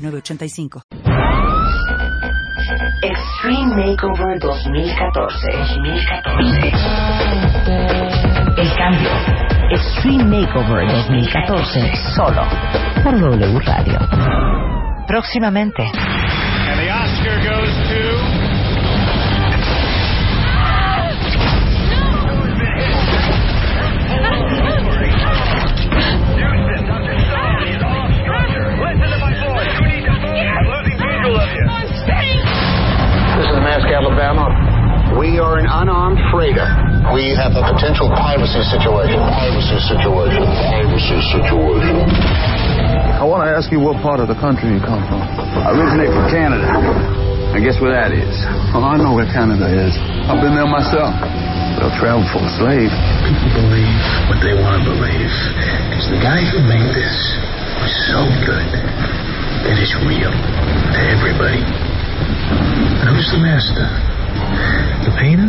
985. Extreme Makeover 2014. 2014. El cambio. Extreme Makeover 2014. Solo. Por W Radio. Próximamente. And the Oscar goes to. This is Mask, Alabama. We are an unarmed freighter. We have a potential piracy situation. Piracy situation. Piracy situation. I want to ask you what part of the country you come from. I originate from Canada. I guess where that is. Well, I know where Canada is. I've been there myself. I've traveled for a slave. People believe what they want to believe. Because the guy who made this was so good that it's real to everybody. And who's the master? The painter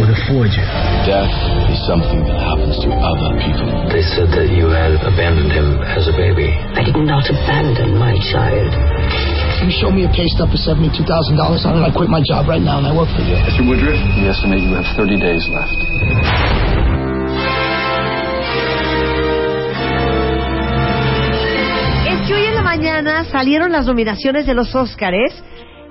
or the forger? Death is something that happens to other people. They said that you had abandoned him as a baby. I did not abandon my child. You show me a pay stub for $72,000 on it, I quit my job right now and I work for you. Mr. Woodruff, we estimate you have 30 days left. Es que hoy en la mañana salieron las nominaciones de los Óscares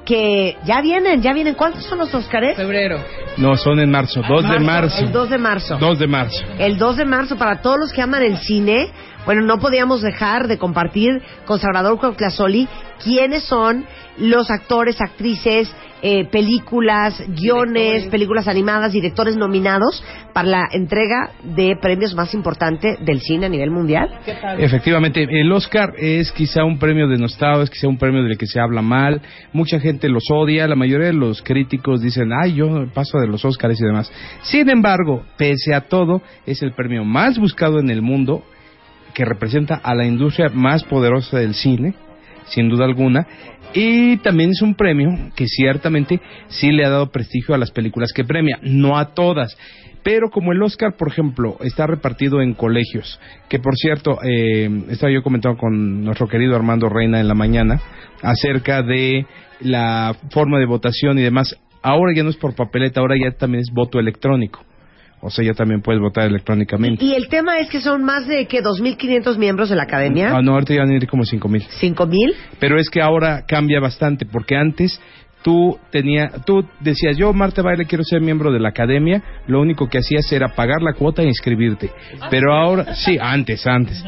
que ya vienen, ya vienen. ¿Cuántos son los Óscares? Febrero. No, son en marzo, 2 de marzo. El 2 de marzo. 2 de marzo. El 2 de marzo, para todos los que aman el cine, bueno, no podíamos dejar de compartir con Salvador Clausoli quiénes son los actores, actrices, eh, películas, guiones, películas animadas, directores nominados para la entrega de premios más importante del cine a nivel mundial. Efectivamente, el Oscar es quizá un premio denostado, es quizá un premio del que se habla mal, mucha gente los odia, la mayoría de los críticos dicen, ay, yo paso de los Oscars y demás. Sin embargo, pese a todo, es el premio más buscado en el mundo que representa a la industria más poderosa del cine, sin duda alguna, y también es un premio que ciertamente sí le ha dado prestigio a las películas que premia, no a todas. Pero como el Oscar, por ejemplo, está repartido en colegios, que por cierto, eh, estaba yo comentando con nuestro querido Armando Reina en la mañana acerca de la forma de votación y demás. Ahora ya no es por papeleta, ahora ya también es voto electrónico. O sea, ya también puedes votar electrónicamente. Y el tema es que son más de que 2.500 miembros de la academia. Ah, no, ahorita ya van a ir como 5.000. ¿5.000? Pero es que ahora cambia bastante, porque antes tú tenía, tú decías, yo Marta Baile quiero ser miembro de la academia, lo único que hacías era pagar la cuota e inscribirte. Pero ahora, sí, antes, antes.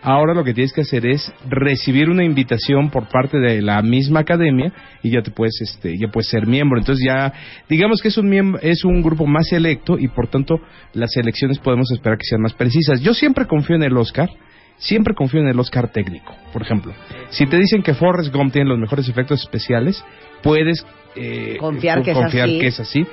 Ahora lo que tienes que hacer es recibir una invitación por parte de la misma academia y ya te puedes, este, ya puedes ser miembro. Entonces ya, digamos que es un miembro, es un grupo más selecto y por tanto las elecciones podemos esperar que sean más precisas. Yo siempre confío en el Oscar siempre confío en el Oscar técnico. Por ejemplo, si te dicen que Forrest Gump tiene los mejores efectos especiales, puedes eh, confiar, que, confiar es así. que es así,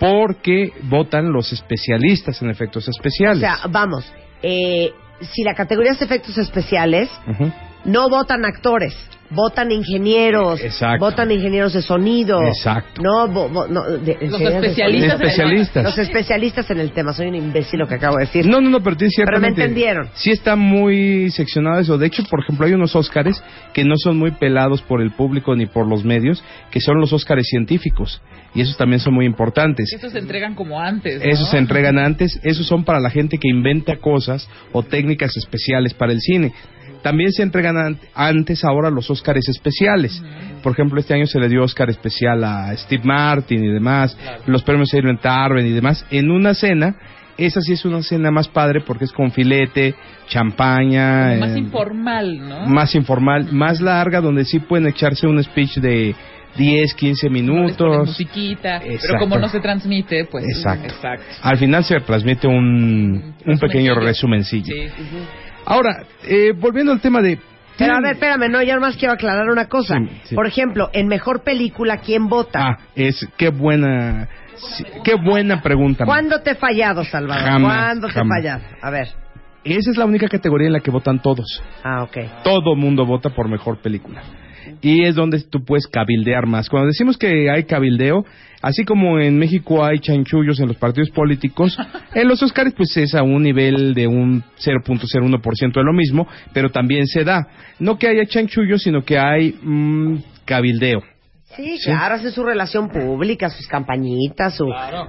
porque votan los especialistas en efectos especiales. O sea, vamos, eh, si la categoría es efectos especiales, uh -huh. no votan actores. Votan ingenieros, Exacto. votan ingenieros de sonido. Exacto. No, bo, bo, no de, los especialistas. De especialistas. Los especialistas en el tema. Soy un imbécil lo que acabo de decir. No, no, no, pero Pero me entendieron. Sí está muy seccionado eso. De hecho, por ejemplo, hay unos Óscares que no son muy pelados por el público ni por los medios, que son los Óscares científicos. Y esos también son muy importantes. Esos se entregan como antes. Esos ¿no? se entregan antes. Esos son para la gente que inventa cosas o técnicas especiales para el cine también se entregan antes ahora los Óscares especiales. Por ejemplo, este año se le dio Óscar especial a Steve Martin y demás, claro. los premios Irwin Tarven y demás, en una cena. Esa sí es una cena más padre porque es con filete, champaña. Más eh, informal, ¿no? Más informal, más larga, donde sí pueden echarse un speech de 10, 15 minutos. No Este, musiquita, Exacto. pero como no se transmite, pues. Exacto. Exacto. Al final se transmite un, un pequeño resumencillo. Sí, sí, sí. Ahora, eh, volviendo al tema de Pero a ver, espérame, no, yo más quiero aclarar una cosa. sí. Por ejemplo, en mejor película, ¿quién vota? Ah, es qué buena, sí, qué buena pregunta. man. ¿Cuándo te he fallado, Salvador? Jamás, ¿Cuándo te he jamás. fallado? A ver. Esa es la única categoría en la que votan todos. Ah, ok. Todo mundo vota por mejor película. Y es donde tú puedes cabildear más. Cuando decimos que hay cabildeo, así como en México hay chanchullos en los partidos políticos, en los Oscars pues es a un nivel de un 0.01% de lo mismo, pero también se da. No que haya chanchullos, sino que hay mm, cabildeo. Sí, claro, hace su relación pública, sus campañitas, su...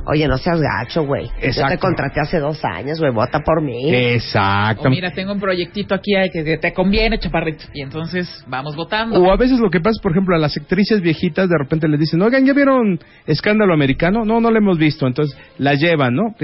Oye, no seas gacho, güey. Yo te Exacto. contraté hace dos años, güey, vota por mí. Exacto. O mira, tengo un proyectito aquí eh, que que te conviene, chaparrito. Y entonces vamos votando. O a veces lo que pasa, por ejemplo, a las actrices viejitas de repente les dicen, oigan, ¿ya vieron Escándalo Americano? No, no lo hemos visto. Entonces la llevan, ¿no?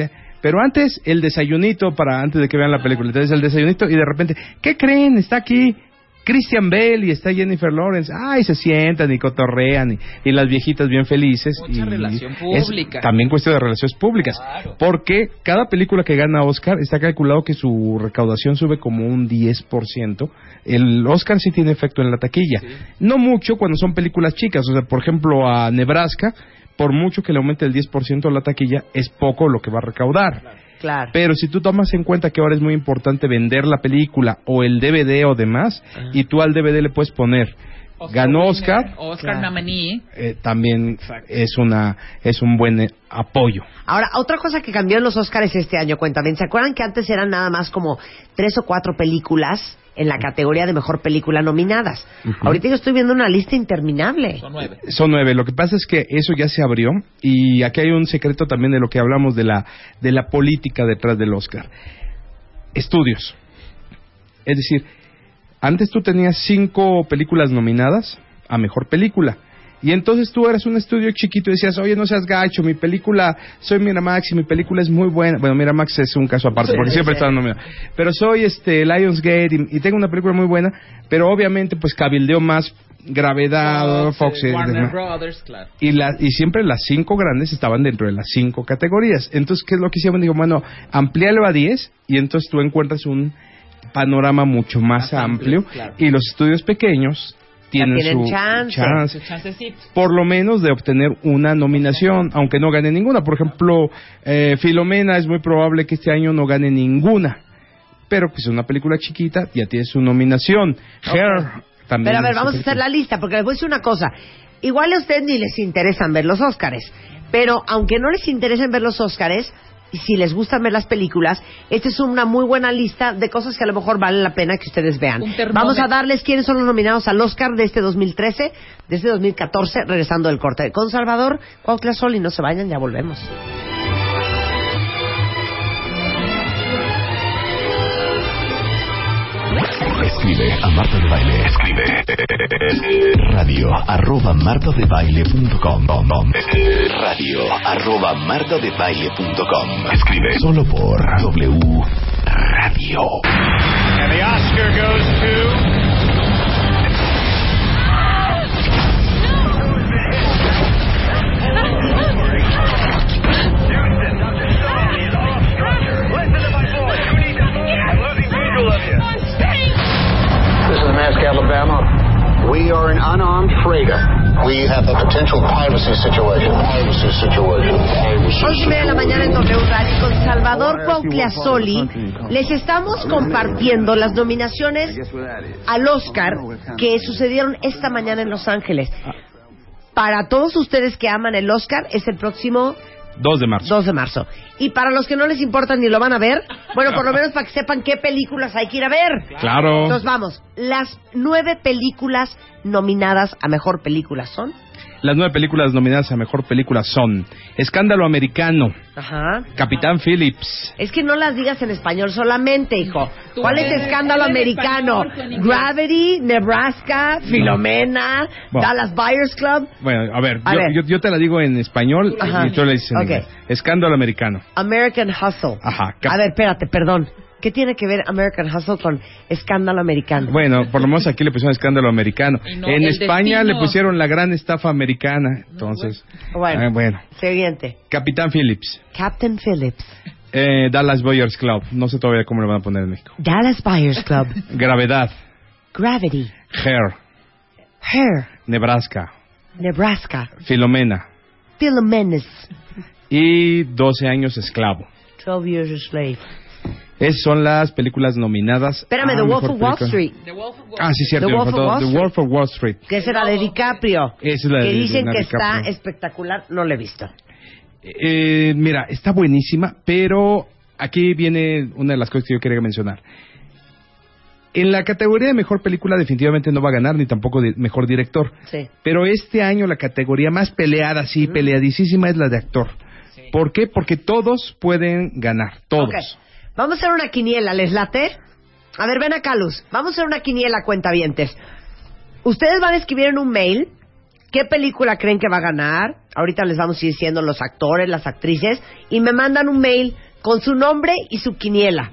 Pero antes el desayunito para antes de que vean la película. Entonces el desayunito y de repente, ¿qué creen? Está aquí Christian Bell y está Jennifer Lawrence. Ay, se sientan y cotorrean y, y las viejitas bien felices. Mucha relación pública. también cuestión de relaciones públicas. Porque cada película que gana Oscar está calculado que su recaudación sube como un 10%. El Oscar sí tiene efecto en la taquilla. No mucho cuando son películas chicas. O sea, por ejemplo, a Nebraska, por mucho que le aumente el 10% la taquilla, es poco lo que va a recaudar. Claro. Pero si tú tomas en cuenta que ahora es muy importante vender la película o el DVD o demás, y tú al DVD le puedes poner ganó Oscar, ¿eh? Oscar Namaní. eh, también es una es un buen eh, apoyo. Ahora, otra cosa que cambió en los Oscars este año, cuéntame, ¿se acuerdan que antes eran nada más como tres o cuatro películas en la categoría de mejor película nominadas? Ahorita yo estoy viendo una lista interminable. Son nueve. Lo que pasa es que eso ya se abrió y aquí hay un secreto también de lo que hablamos de la de la política detrás del Oscar. Estudios. Es decir, antes tú tenías cinco películas nominadas a mejor película. Y entonces tú eras un estudio chiquito y decías, oye, no seas gacho, mi película, soy Miramax y mi película es muy buena. Bueno, Miramax es un caso aparte, Sí, porque sí, siempre sí. está nominado. Pero soy este Lionsgate y, y tengo una película muy buena, pero obviamente pues cabildeo más gravedad, Fox eh, y Warner demás. Brothers, claro. Y, la- y siempre las cinco grandes estaban dentro de las cinco categorías. Entonces, ¿qué es lo que hicieron? Digo, bueno, amplíalo a 10 y entonces tú encuentras un panorama mucho más, amplio. claro. Y los estudios pequeños tienen, tienen su chance. chance Su chancecito. por lo menos de obtener una nominación, aunque no gane ninguna. Por ejemplo, eh, Filomena es muy probable que este año no gane ninguna, pero pues es una película chiquita, ya tiene su nominación. Her también. Pero a ver, es vamos a una hacer la lista, porque les voy a decir una cosa. Igual a ustedes ni les interesan ver los Óscares, pero aunque no les interesen ver los Óscares, y si les gustan ver las películas, esta es una muy buena lista de cosas que a lo mejor vale la pena que ustedes vean. termómetro. Vamos a darles quiénes son los nominados al Óscar de este 2013, de este 2014, regresando del corte. Con Salvador, Cuautla Sol y no se vayan, ya volvemos. Escribe a Marta de Baile. Escribe radio arroba martadebaile.com. Radio arroba martadebaile.com. Escribe solo por W Radio. And the Oscar goes to. This is Mask, Alabama. We are an unarmed freighter. We have a potential piracy situation. Piracy situation. Piracy Hoy y media de la mañana en W Radio con Salvador Cuauhtlasoli les estamos compartiendo las nominaciones al Oscar que sucedieron esta mañana en Los Ángeles. Para todos ustedes que aman el Oscar es el próximo 2 de marzo. 2 de marzo. Y para los que no les importa ni lo van a ver, bueno, por lo menos para que sepan qué películas hay que ir a ver. Claro. Entonces vamos, las nueve películas nominadas a Mejor Película son... Las nueve películas nominadas a mejor película son Escándalo Americano, Ajá. Capitán Phillips, Es que no las digas en español solamente, hijo. Tú ¿Cuál es eres- escándalo eres americano? español, tú en inglés. Gravity, Nebraska, Filomena, Bueno. Dallas Buyers Club, bueno, a ver, A yo, ver. Yo, yo te la digo en español Ajá. y tú la dices en Ok. inglés. Escándalo Americano. American Hustle. Ajá. A ver, espérate, perdón. ¿Qué tiene que ver American Hustle con escándalo americano? Bueno, por lo menos aquí le pusieron escándalo americano. Y no, en el España destino. le pusieron la gran estafa americana. Entonces, Bueno. ah, bueno. Siguiente. Capitán Phillips, Captain Phillips, eh, Dallas Boyers Club, no sé todavía cómo le van a poner en México. Dallas Buyers Club, Gravedad, Gravity. Hair. Hair. Nebraska. Nebraska. Filomena. Philomenes. Y 12 años esclavo. 12 Years a Slave. Esas son las películas nominadas. Espérame, a The Wolf Mejor of Wall Película. Street. Ah, sí, cierto. The me Wolf of faltó Wall The Street. Wolf of Wall Street. Que es la de DiCaprio. Esa es la que de dicen que Leonardo está DiCaprio. espectacular. No la he visto. Eh, mira, está buenísima, pero aquí viene una de las cosas que yo quería mencionar. En la categoría de mejor película definitivamente no va a ganar, ni tampoco de mejor director. Sí. Pero este año la categoría más peleada, sí, peleadísima es la de actor. ¿Por qué? Porque todos pueden ganar, todos. Ok. Vamos a hacer una quiniela, ¿les late? A ver, ven acá, Luz. Vamos a hacer una quiniela, cuentavientes. Ustedes van a escribir en un mail qué película creen que va a ganar. Ahorita les vamos a ir diciendo los actores, las actrices. Y me mandan un mail con su nombre y su quiniela.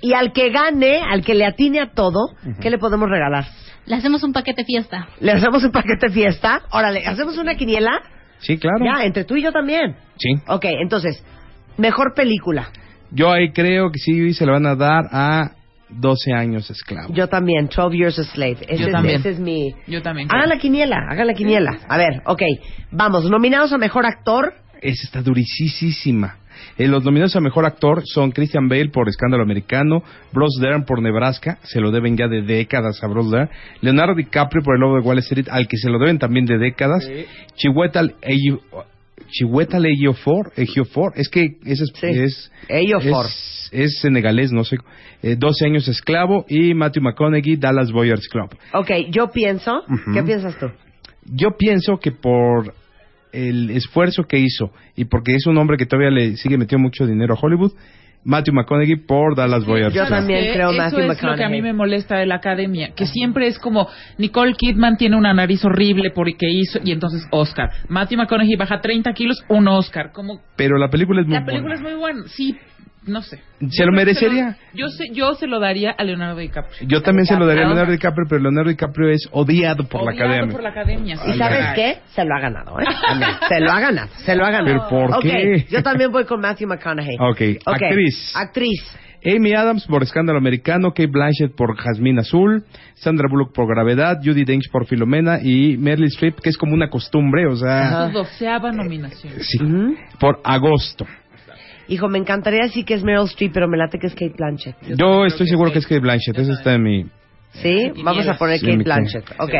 Y al que gane, al que le atine a todo, ¿qué le podemos regalar? Le hacemos un paquete fiesta. ¿Le hacemos un paquete fiesta? Órale, ¿hacemos una quiniela? Sí, claro. Ya, entre tú y yo también. Sí. Ok, entonces, mejor película. Yo ahí creo que sí se la van a dar a 12 años esclavo. Yo también, 12 Years a Slave. Ese, es- también. ese es mi... Yo también. Ah, Haga la quiniela, haga la quiniela. A ver, ok. Vamos, nominados a Mejor Actor. Esa está durisísima. Eh, los nominados a mejor actor son Christian Bale por Escándalo Americano, Bros Dern por Nebraska, se lo deben ya de décadas a Bros Dern, Leonardo DiCaprio por El Lobo de Wall Street, al que se lo deben también de décadas, Chiwetel Ejio- Chiwetel Ejiofor, Ejiofor, es que ese es, es, Ejiofor. es, es senegalés, no sé, eh, 12 años esclavo y Matthew McConaughey, Dallas Boyers Club. Ok, yo pienso... Ujú. ¿Qué piensas tú? Yo pienso que por el esfuerzo que hizo y porque es un hombre que todavía le sigue metiendo mucho dinero a Hollywood, Matthew McConaughey por Dallas Boyard. Yo también que creo eso Matthew es lo que a McConaughey. mí me molesta de la academia, que siempre es como Nicole Kidman tiene una nariz horrible porque hizo y entonces Oscar. Matthew McConaughey baja 30 kilos, un Oscar. Como Pero la película es muy la película buena. es muy buena, sí, no sé. ¿Se lo merecería? Yo se, yo se lo daría a Leonardo DiCaprio. Yo también se lo daría a Ahora, Leonardo DiCaprio, pero Leonardo DiCaprio es odiado por la odiado academia. por la academia, sí. ¿Y sabes qué? Se lo ha ganado, ¿eh? se lo ha ganado, se lo ha ganado. ¿Pero por Ok, qué? yo también voy con Matthew McConaughey. Ok, actriz. Actriz. Amy Adams por Escándalo Americano, Kate Blanchett por Jazmín Azul, Sandra Bullock por Gravedad, Judy Dench por Filomena y Meryl Streep, que es como una costumbre, o sea, Su doceava nominación. sí, por agosto. Hijo, me encantaría decir que es Meryl Streep, pero me late que es Kate Blanchett. Yo estoy seguro que es Kate Blanchett, eso está en mi... ¿Sí? Vamos a poner Sí, Kate mi- Blanchett. Ok.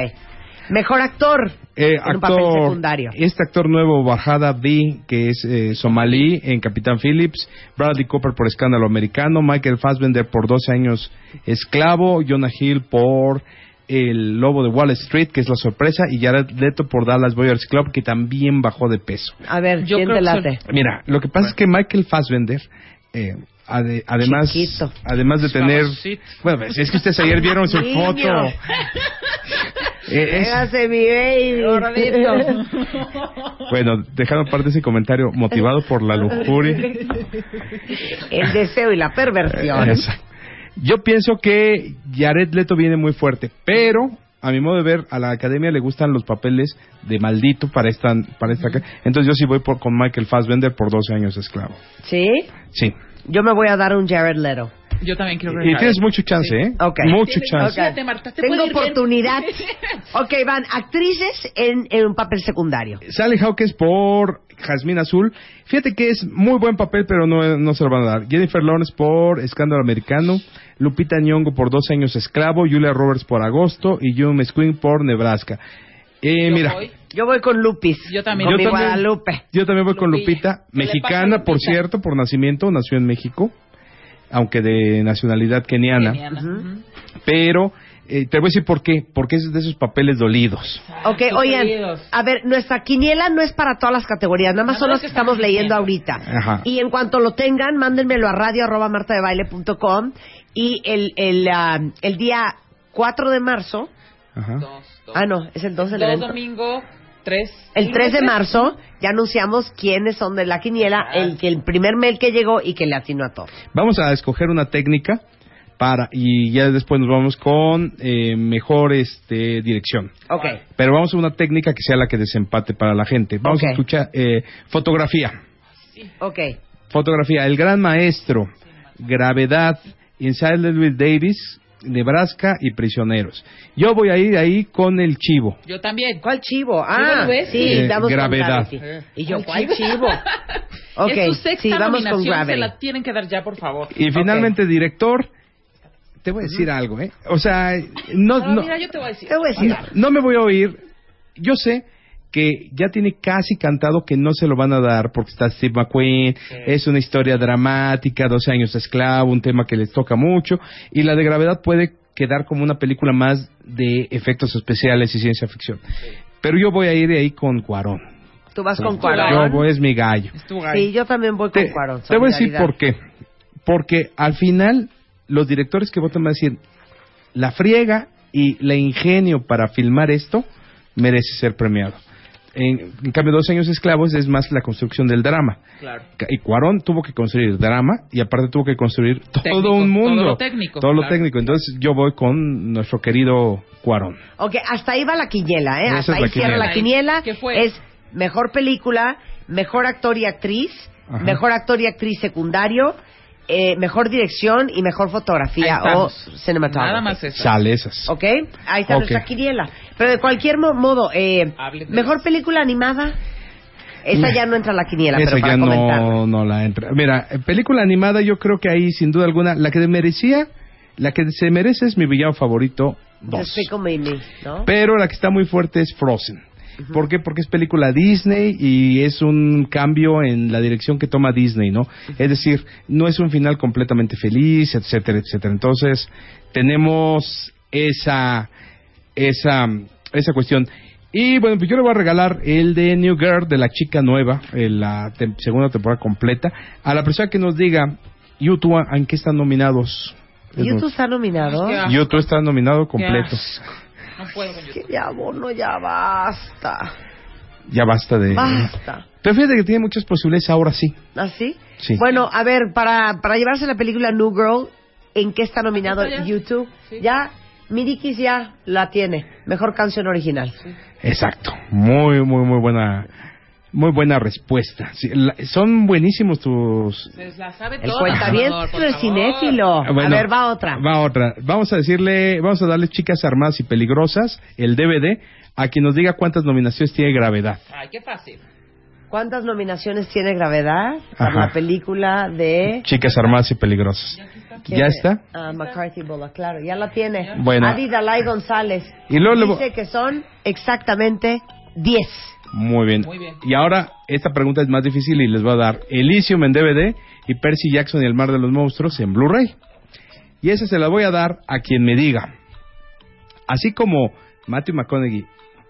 Mejor actor. Eh, en un papel secundario. Este actor nuevo, Bajada B, que es eh, somalí en Capitán Phillips, Bradley Cooper por Escándalo Americano, Michael Fassbender por 12 años Esclavo, Jonah Hill por El Lobo de Wall Street, que es la sorpresa, y Jared Leto por Dallas Boyers Club, que también bajó de peso. A ver, ¿quién te late? Mira, lo que pasa es que Michael Fassbender, eh, ade- además, además de tener... Famosito. Bueno, es que ustedes ayer vieron su Niño. foto. Eh, es- Hágase mi baby. Bueno, dejando aparte ese comentario motivado por la lujuria. El deseo y la perversión. Exacto. Yo pienso que Jared Leto viene muy fuerte, pero a mi modo de ver, a la academia le gustan los papeles de maldito para esta. Para esta entonces yo sí voy por, con Michael Fassbender por 12 años esclavo. ¿Sí? Sí. Yo me voy a dar un Jared Leto. Yo también creo que Y tienes mucho chance, ¿eh? Ok. Mucho Tienes- chance. ok. Tengo oportunidad. ok, van, actrices en, en un papel secundario. Sally Hawkins por Jazmín Azul. Fíjate que es muy buen papel, pero no, no se lo van a dar. Jennifer Lawrence por Escándalo Americano. Lupita Nyong'o por 12 años esclavo. Julia Roberts por Agosto. Y June Mesquin por Nebraska. Eh, mira, Yo voy con Lupis. Yo también. Con Yo mi también. Guadalupe. yo también voy con Lupita. ¿Qué le pasa a Mexicana, por Lupita? cierto, por nacimiento. Nació en México, aunque de nacionalidad keniana. Pero eh, te voy a decir por qué. Porque es de esos papeles dolidos. Ok, oigan, Ah, a ver, nuestra quiniela no es para todas las categorías, nada más son las que estamos leyendo ahorita. Ajá. Y en cuanto lo tengan, mándenmelo a radio arroba martadebaile.com y el, el, ah, el día 4 de marzo, Ajá. ah no, es el 2 del Dos evento. domingo, tres. El 3 de marzo ya anunciamos quiénes son de la Ah. quiniela, el, que- el primer mail que llegó y que le atinó a todos. Vamos a escoger una técnica para y ya después nos vamos con eh, mejor este dirección. Ok, Pero vamos a una técnica que sea la que desempate para la gente. Vamos a Ok. escuchar eh, fotografía. ok. Fotografía. El gran maestro. Gravedad. Inside Louis Davis. Nebraska y Prisioneros. Yo voy a ir ahí con el chivo. Yo también. ¿Cuál chivo? Ah, Gravity. sí, Eh, vamos con gravedad. Gravity. Y yo, ¿cuál chivo? Ok, Eh. es su sexta sí, vamos con nominación, Gravity. se la tienen que dar ya, por favor. Y finalmente, director, te voy a decir algo, ¿eh? O sea, no, Ah, no, mira, yo te voy a decir. no me voy a oír. Yo sé que ya tiene casi cantado que no se lo van a dar porque está Steve McQueen, es una historia dramática, 12 años de esclavo, un tema que les toca mucho, y la de gravedad puede quedar como una película más de efectos especiales y ciencia ficción. Pero yo voy a ir ahí con Cuarón. Tú vas con Yo Cuarón. voy, es mi gallo. Sí, yo también voy con Cuarón. Te voy a decir solidaridad. por qué. Porque al final los directores que votan van a decir, la friega y la ingenio para filmar esto merece ser premiado. En, en cambio, Dos años esclavos es más la construcción del drama. Claro. Ca- Y Cuarón tuvo que construir drama y aparte tuvo que construir todo Técnico, un mundo. todo lo técnico, Todo lo claro. técnico. Entonces yo voy con nuestro querido Cuarón. Ok, hasta ahí va la quiniela, ¿eh? Esa Hasta es ahí la cierra la quiniela. fue? Es mejor película, mejor actor y actriz, Ajá. mejor actor y actriz secundario, eh, mejor dirección y mejor fotografía Ahí o estamos. cinematografía. Nada más eso. Sale esas. ¿Ok? Ahí está Ok. nuestra quiniela. Pero de cualquier mo- modo, eh, mejor película animada. Esa ya no entra a la quiniela, Esa pero para ya comentar. no, no la entra. Mira, eh, película animada yo creo que ahí sin duda alguna la que merecía, la que se merece es mi villano favorito Just 2. Pick a Minute, ¿no? Pero la que está muy fuerte es Frozen. ¿Por qué? Porque es película Disney y es un cambio en la dirección que toma Disney, ¿no? Es decir, no es un final completamente feliz, etcétera, etcétera. Entonces, tenemos esa esa esa cuestión. Y bueno, pues yo le voy a regalar el de New Girl de la chica nueva, eh, la tem- segunda temporada completa, a la persona que nos diga YouTube en qué están nominados. YouTube está nominado. ah, YouTube está nominado completo. No puedo Ya, Bono, ya basta. Ya basta de Basta. Pero fíjate que tiene muchas posibilidades ahora sí. ¿Así? Sí. Bueno, a ver, para, para llevarse la película New Girl, ¿en qué está nominado Aquí está ya. YouTube? Ya, Mirikis ya la tiene. Mejor canción original. Exacto. Muy, muy, muy buena. Muy buena respuesta. Sí, la- son buenísimos tus. Se la sabe El toda. cuenta bien, Salvador, por el favor. cinéfilo. Oh, a Bueno, ver, va otra. Va otra. Vamos a decirle, vamos a darle chicas armadas y peligrosas, el DVD, a quien nos diga cuántas nominaciones tiene gravedad. Ay, qué fácil. ¿Cuántas nominaciones tiene Gravedad para Ajá. la película de... Chicas armadas y peligrosas. ¿Quién ¿Ya es? está? Ah, McCarthy Bola, claro, ya la tiene. Bueno. Adi Dalai González. Y luego le vo- Dice que son exactamente 10. Muy bien. Muy bien. Y ahora, esta pregunta es más difícil y les va a dar Elysium en DVD y Percy Jackson y el mar de los monstruos en Blu-ray. Y esa se la voy a dar a quien me diga. Así como Matthew McConaughey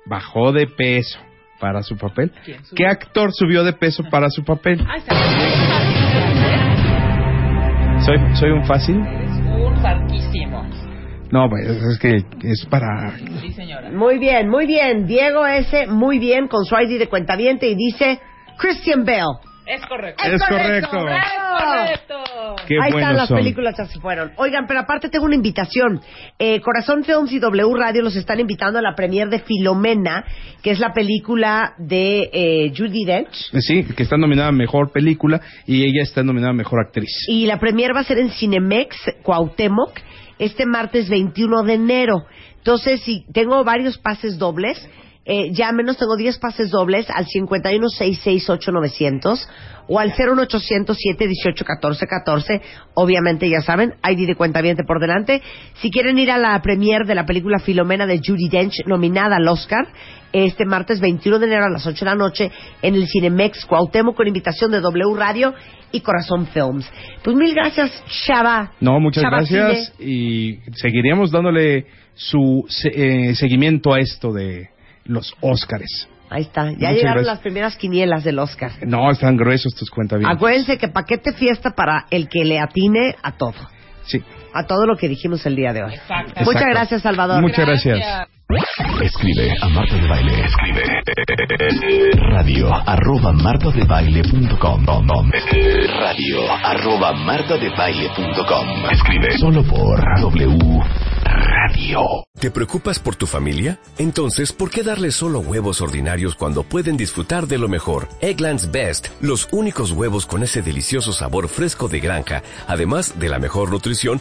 bajó de peso para su papel, ¿qué actor subió de peso para su papel? Ay, está bien. ¿Soy, soy un fácil? Un barquísimo. No, pues, es que es para... Sí, señora. Muy bien, muy bien. Diego S. Muy bien con su ID de cuentaviente y dice Christian Bale. Es correcto. Es correcto. ¡Bravo! Es correcto. Qué Ahí buenos están las son. películas que se fueron. Oigan, pero aparte tengo una invitación. Eh, Corazón Films y W Radio los están invitando a la premier de Filomena, que es la película de eh, Judy Dench. Sí, que está nominada a Mejor Película y ella está nominada a Mejor Actriz. Y la premier va a ser en Cinemex Cuauhtémoc este martes 21 de enero. Entonces, si tengo varios pases dobles, eh, ya menos tengo 10 pases dobles al 51668900 o al 01807 14 Obviamente, ya saben, ID de cuenta por delante. Si quieren ir a la premier de la película Filomena de Judy Dench, nominada al Oscar, este martes 21 de enero a las 8 de la noche en el Cinemex Cuauhtémoc con invitación de W Radio y Corazón Films. Pues mil gracias, Chava. No, muchas Chava gracias Cine. y seguiremos dándole su se- eh, seguimiento a esto de los Óscares. Ahí está, ya Muchas llegaron gracias. las primeras quinielas del Oscar. No, están gruesos tus cuentas Acuérdense que paquete fiesta para el que le atine a todo. Sí. A todo lo que dijimos el día de hoy. Exacto. Muchas gracias, Salvador. Muchas gracias. Escribe a Marta de Baile. Escribe. Radio arroba martadebaile.com. Radio arroba martadebaile.com. Escribe solo por W Radio. ¿Te preocupas por tu familia? Entonces, ¿por qué darles solo huevos ordinarios cuando pueden disfrutar de lo mejor? Eggland's Best, los únicos huevos con ese delicioso sabor fresco de granja, además de la mejor nutrición